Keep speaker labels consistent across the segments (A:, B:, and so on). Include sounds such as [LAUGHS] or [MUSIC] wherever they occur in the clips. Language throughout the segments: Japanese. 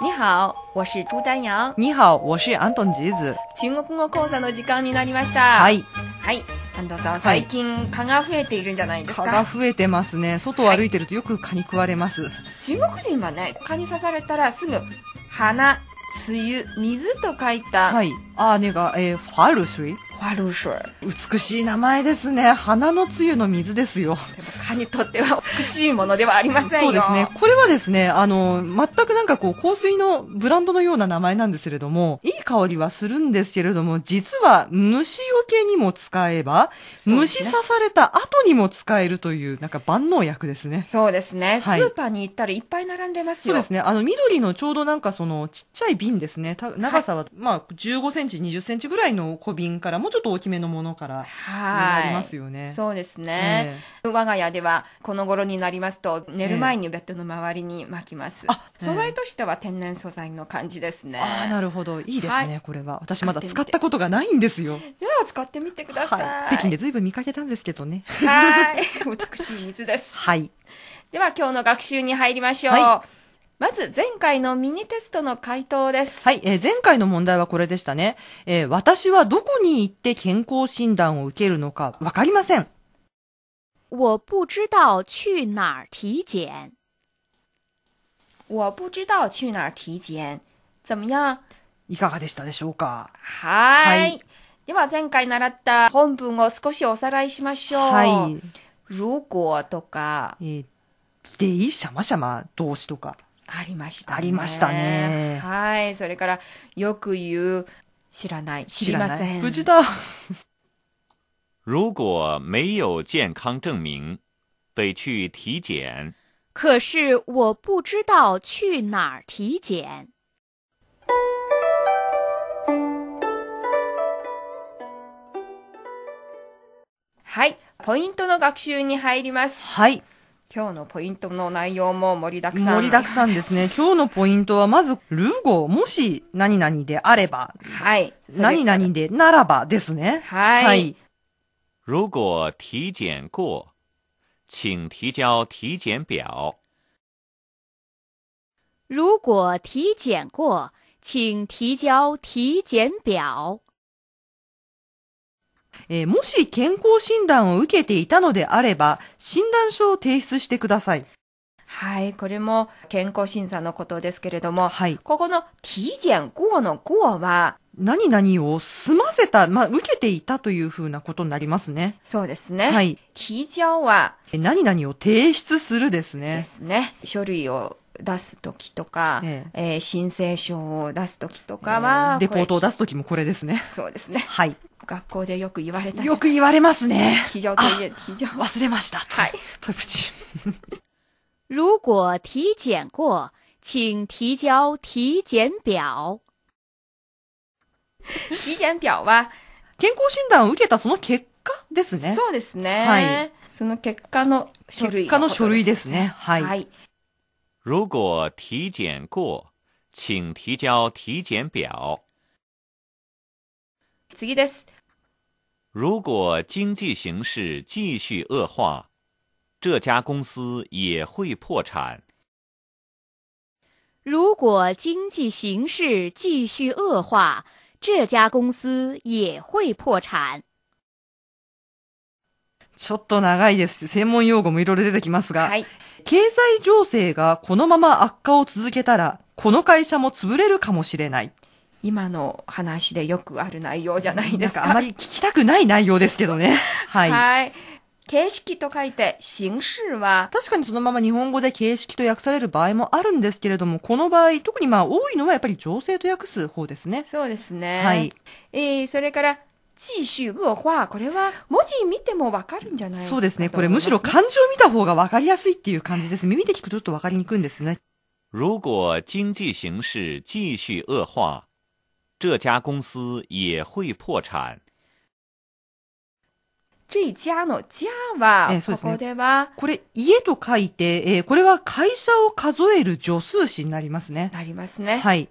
A: 你好，我是朱丹阳。
B: 你好，我是安東吉子。
A: 中国語講座の時間になりました。。
B: はいい、
A: はい。安藤さん、
B: はい
A: 最近蚊が増えているんじゃないです
B: 蚊が
A: か。
B: 増えてますね。外を歩いてるとよく蚊に食われます。
A: 中国人はね、蚊に刺されたらすぐ、花、梅雨、水と書いた、
B: はい。あー、ねが、えー、ファル水
A: 花露水。
B: 美しい名前ですね。花の露の水ですよ。
A: 蚊にとっては美しいものではありませんよ。
B: そうですね。。これはですね、あの、全くなんかこう、香水のブランドのような名前なんですけれども、いい香りはするんですけれども、実は虫除けにも使えば、
A: そうです
B: 虫
A: ね
B: 刺された後にも使えるという、なんか万能薬ですね。
A: そうですね。ス
B: はい
A: ーパーに行ったらいっぱい並んでます
B: そう
A: よ。
B: ですね。あの、緑のちょうどなんかその、ちっちゃい瓶ですね。た長さは、まあ、15センチ、20センチぐらいの小瓶から、もうちょっと大きめのものか
A: は
B: ら、
A: い。
B: ありますよね
A: そうですね。
B: ええ
A: 我が家ではこの頃になりますと寝る前にベッドの周りに巻きます、
B: あ
A: 素材としては天然素材の感じですね
B: ああ、なるほど。いいですね、
A: はい
B: これは。私まだ使ったことがないんですよ。
A: では使ってみてください、
B: はい。北京で随分見かけたんですけどね。
A: はい美しい水
B: [LAUGHS]
A: です
B: はい。
A: では今日の学習に入りましょう、
B: は
A: まず前回のミニテストの回答です
B: はい、えー前回の問題はこれでしたね。えー私はどこに行って健康診断を受けるのかわかりません。
C: 我不知道去哪儿体检。
A: 我不知道去哪儿体检怎么样
B: いかがでしたでしょうか
A: はい
B: はい
A: では前回習った本文を少しおさらいしましょう、
B: はい。
A: 如果とか
B: えー、デイシャマシャマ動詞とか。
A: ありましたね。
B: ありましたね
A: はい。それから、よく言う、知らない。知
B: 知
A: り
B: ら
A: ま
B: な
A: せ
B: い。
A: ん。
B: 不知道。
D: 如果没有健康证明，得去体检。
C: 可是我不知道去哪儿体检。
A: はい。ポイントの学習に入ります。
B: はい。
A: 今日のポイントの内容も盛りだくさん。
B: 盛りだくさんですね。今日のポイントは、まず、ルゴ、もし、何々であれば、
A: はい。それから
B: 何々でならばですね。
A: はい。
D: 如果体检过，请提交体检表。
C: 如果体检过，请提交体检表。
B: えーもし健康診断を受けていたのであれば、診断書を提出してください。
A: はい。これも健康審査のことですけれども、
B: はい。
A: ここの体检後の後は、
B: 何々を済ませた、まあ、受けていたというふうなことになりますね。
A: そうですね。
B: は。い。
A: 提交は
B: えー何々を提出するです
A: で
B: ね。
A: すね、書類を出すときとか、え
B: え
A: ー申請書を出すときとかは、
B: レポートを
A: これ
B: 出すときもこれですね。
A: そうですね。
B: はい。
A: 学校でよく言われた
B: よく言われますね。
A: 非常提言、非常。
B: 忘れました。
A: はい。
B: トイプチ。
C: 如果体检过，请提交体检表。
A: 体检表は、
B: 健康診断を受けたその結果ですね。
A: そうですね。
B: はい
A: その結果の書類。
B: 結果の書類で。すね。は。
A: はいい。
D: 如果体检过，请提交体检表。
A: 次です。
D: 如果经济形势继续恶化，这家公司也会破产。
C: 如果经济形势继续恶化，这家公司也会破产。
B: ちょっと長いです。専門用語もいろいろ出てきますが、
A: はい。
B: 経済情勢がこのまま悪化を続けたら、この会社も潰れるかもしれない。
A: 今の話でよくある内容じゃないですか。
B: なんかあまり聞きたくない内容ですけどね。はい。
A: はい。形式と書いて、形式は、
B: 確かにそのまま日本語で形式と訳される場合もあるんですけれども、この場合、特にまあ多いのはやっぱり情勢と訳す方ですね。
A: そうですね。
B: はい。
A: えー、それから、继续恶化。これは、文字見てもわかるんじゃない
B: そうですね。
A: かと
B: こ
A: 思
B: れ
A: いま
B: むしろ漢字を見た方が分かりやすいっていう感じです。耳で聞くとちょっと分かりにくいんですね。
D: 如果经济形势继续恶化，这家公司也会破产。
A: 这家の家は、
B: ええそうですね
A: ここでは、
B: これ、家と書いて、えーこれは会社を数える助数詞になりますね。
A: なりますね。
B: はい。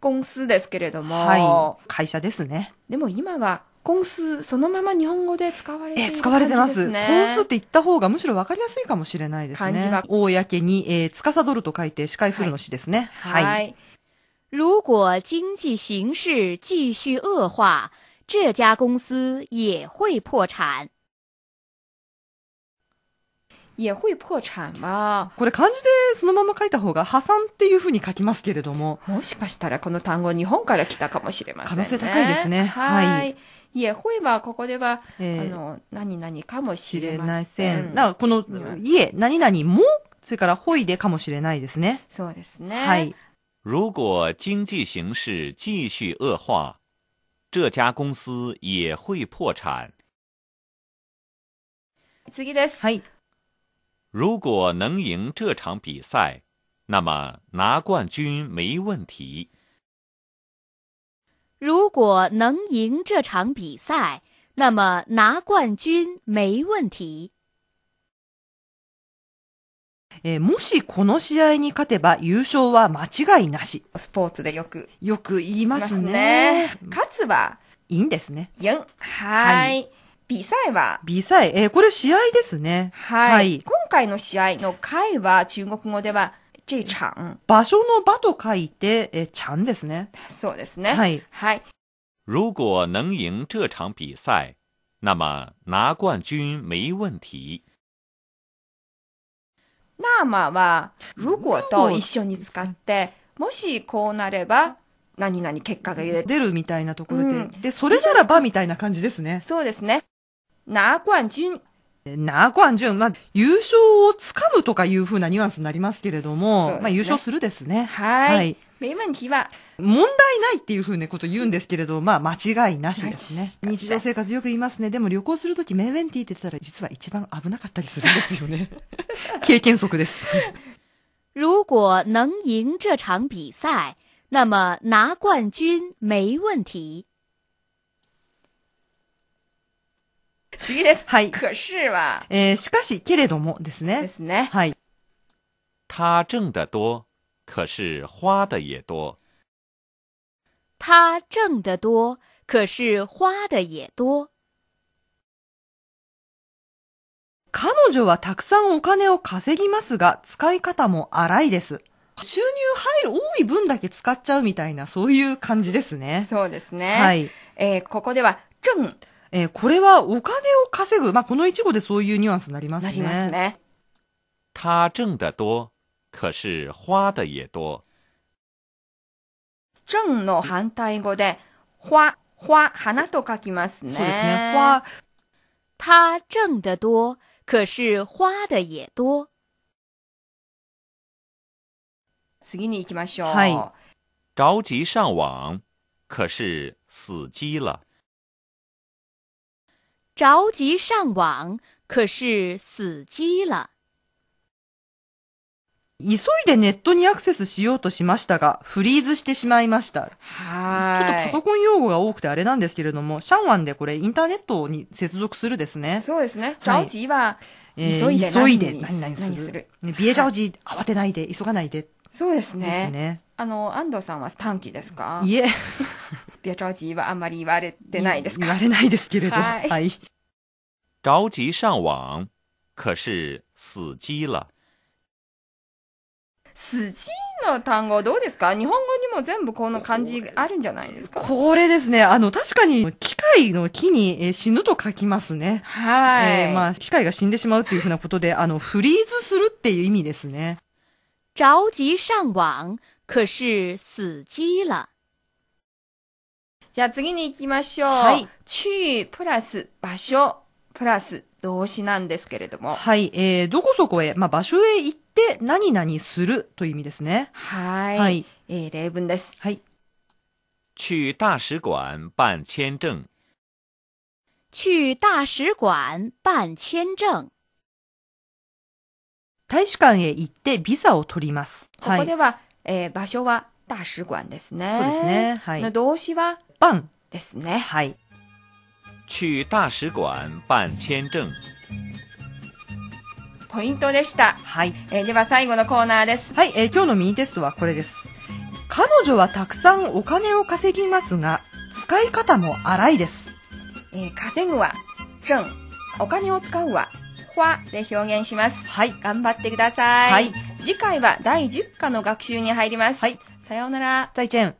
A: 公司ですけれども、
B: はい。会社ですね。
A: でも今は公司そのまま日本語で使われてい
B: え
A: る
B: ー使われてます。
A: 感じ
B: 本
A: ですね
B: 数って言った方がむしろ分かりやすいかもしれないですね。
A: 漢字は
B: 公に、えー、司ると書いて司会するの詩ですね。はい。
A: はい。
C: 如果经济形势继续恶化，这家公司也会破产。
A: 也会破产は、
B: これ漢字でそのまま書いた方が破産っていう風に書きますけれども、
A: もしかしたらこの単語日本から来たかもしれませんね。
B: 可能性高いです
A: は
B: ね
A: い。、
B: はい
A: 也会は、ここでは、
B: えー
A: あの、何々かもし
B: 知
A: れ
B: れ
A: ま
B: ま
A: せ
B: せ
A: ん。
B: ん。だからこの
A: うん、
B: 家、何々も、それから、ほいでかもしれないですね。
A: そうですね。
B: はい。
D: 如果经济形势继续恶化，这家公司也会破产。
A: 次です。
B: はい。
D: 如果能赢这场比赛，那么拿冠军没问题。
C: 如果能赢这场比赛，那么拿冠军没问题。
B: えーもしこの試合に勝てば優勝は間違いなし。
A: スポーツでよく
B: よく言い
A: 言
B: ま
A: いますす
B: ね
A: ね。。勝つは、
B: いいんですね。
A: 赢。は。
B: はい
A: 比賽は、
B: B サイ、えーこれ試合ですね。
A: はい。
B: はい
A: 今回の試合の会は、中国語では、这场。
B: 場所の場と書いて、えーちゃんですね。
A: そうですね。
B: はい。
A: はい。
D: 如果能赢这场比赛，那么拿冠军没问题。
A: 那么は、如果と一緒に使って、もしこうなれば、何々結果が出る。
B: 出るみたいなところで。
A: うん
B: で、それならばみたいな感じですね。
A: そうですね。拿冠军。
B: えーなあ、ごあんじゅん、まあ、優勝をつかむとかいう風なニュアンスになりますけれど
A: そう
B: も、
A: ですね
B: まあ、優勝するですね。
A: はい。
B: はい
A: 没问题は、
B: 問題ないっていうふうなこと言うんですけれど、まあ、間違いなしですね。
A: はい
B: 日常生活よく言いますね。でも旅行するとき、メーウェンティーって言ったら、実は一番危なかったりするんです
A: [LAUGHS]
B: よね。経験則です。
C: 如果能赢这场比赛，那么拿冠军没问题。
A: 次です。
B: はい
A: 可是は、
B: えーしかし、けれどもです
A: で
B: ね。
A: すね。
B: はい。
D: 他挣得多，可是花的也多。
C: 他挣得多，可是花的也多。
B: 彼女はたくさんお金を稼ぎますが、使い方も荒いです。収入入る多い分だけ使っちゃうみたいな、そういう感じですね。
A: そうですね。
B: はい。
A: えーここでは、正
B: えーこれはお金を稼ぐ。まあ、この一語でそういうニュアンスになります
A: な
B: ね。
A: りますね。
D: 他挣得多，可是花的也多。
A: 正の反対語で、花、花、花と書きますね。
B: そうですね。は、
C: 他挣得多，可是花的也多。
A: 次に行きましょう。
B: はい
D: 着急上网，可是死机了。
C: 着急上网，可是死机了。
B: 急いでネットにアクセスしようとしましたが、フリーズしてしまいました。ちょっと
A: は
B: パ
A: い。
B: ソコン用語が多くてあれなんですけれども、シャンワンでこれインターネットに接続するですね。
A: そうですね。チャオチーは、
B: えー
A: 急いで
B: 急いで
A: 何
B: 何
A: 々
B: 々
A: す
B: す
A: る
B: る。
A: 何する
B: ねビエジャオジー、慌てないで、急がないで。
A: そうです
B: で
A: ね。
B: すね。
A: あの、安藤さんは短期ですか
B: いえ、
A: 別着急はあんまり言われてないです
B: 言
A: か
B: われないですけれど。
A: はい
B: はい。
D: 着急上网，可是死机了。
A: 筋の単語どうですか日本語にも全部この漢字あるんじゃないですか
B: これですね、あの、確かに、機械の木に、えー死ぬと書きますね。
A: はい。
B: えーまあ、機械が死んでしまうっていうふうなことで、あの、フリーズするっていう意味ですね。
C: 着急上网，可是死机了。
A: じゃあ次に行きましょう。
B: はい
A: 去プラス場所プラス動詞なんですけれども。
B: はい、えー、どこそこへ、まあ、場所へ行って、何々するという意味ですね。
A: はい。
B: はい
A: えー例文です。
B: はい。
D: 去大使馆办签证，
C: 去大使馆办签证。
B: 大使館へ行って、ビザを取ります。
A: こ
B: はい。
A: こでは、えー場所は大使館ですね。
B: そうですね。は
A: の
B: い。
A: 動詞は
B: バン。
A: ですね。
B: はい。
D: 去大使馆办签证。
A: ポイントでした。
B: はい。
A: えーでは最後のコーナーです。
B: はい、えー今日のミニテストはこれです。彼女はたくさんお金を稼ぎますが、使い方も荒いです。
A: えー稼ぐは、挣、お金を使うは、花で表現します。
B: はい。
A: 頑張ってください。
B: はい
A: 次回は第10課の学習に入ります。
B: はい。
A: さようなら。
B: 再见。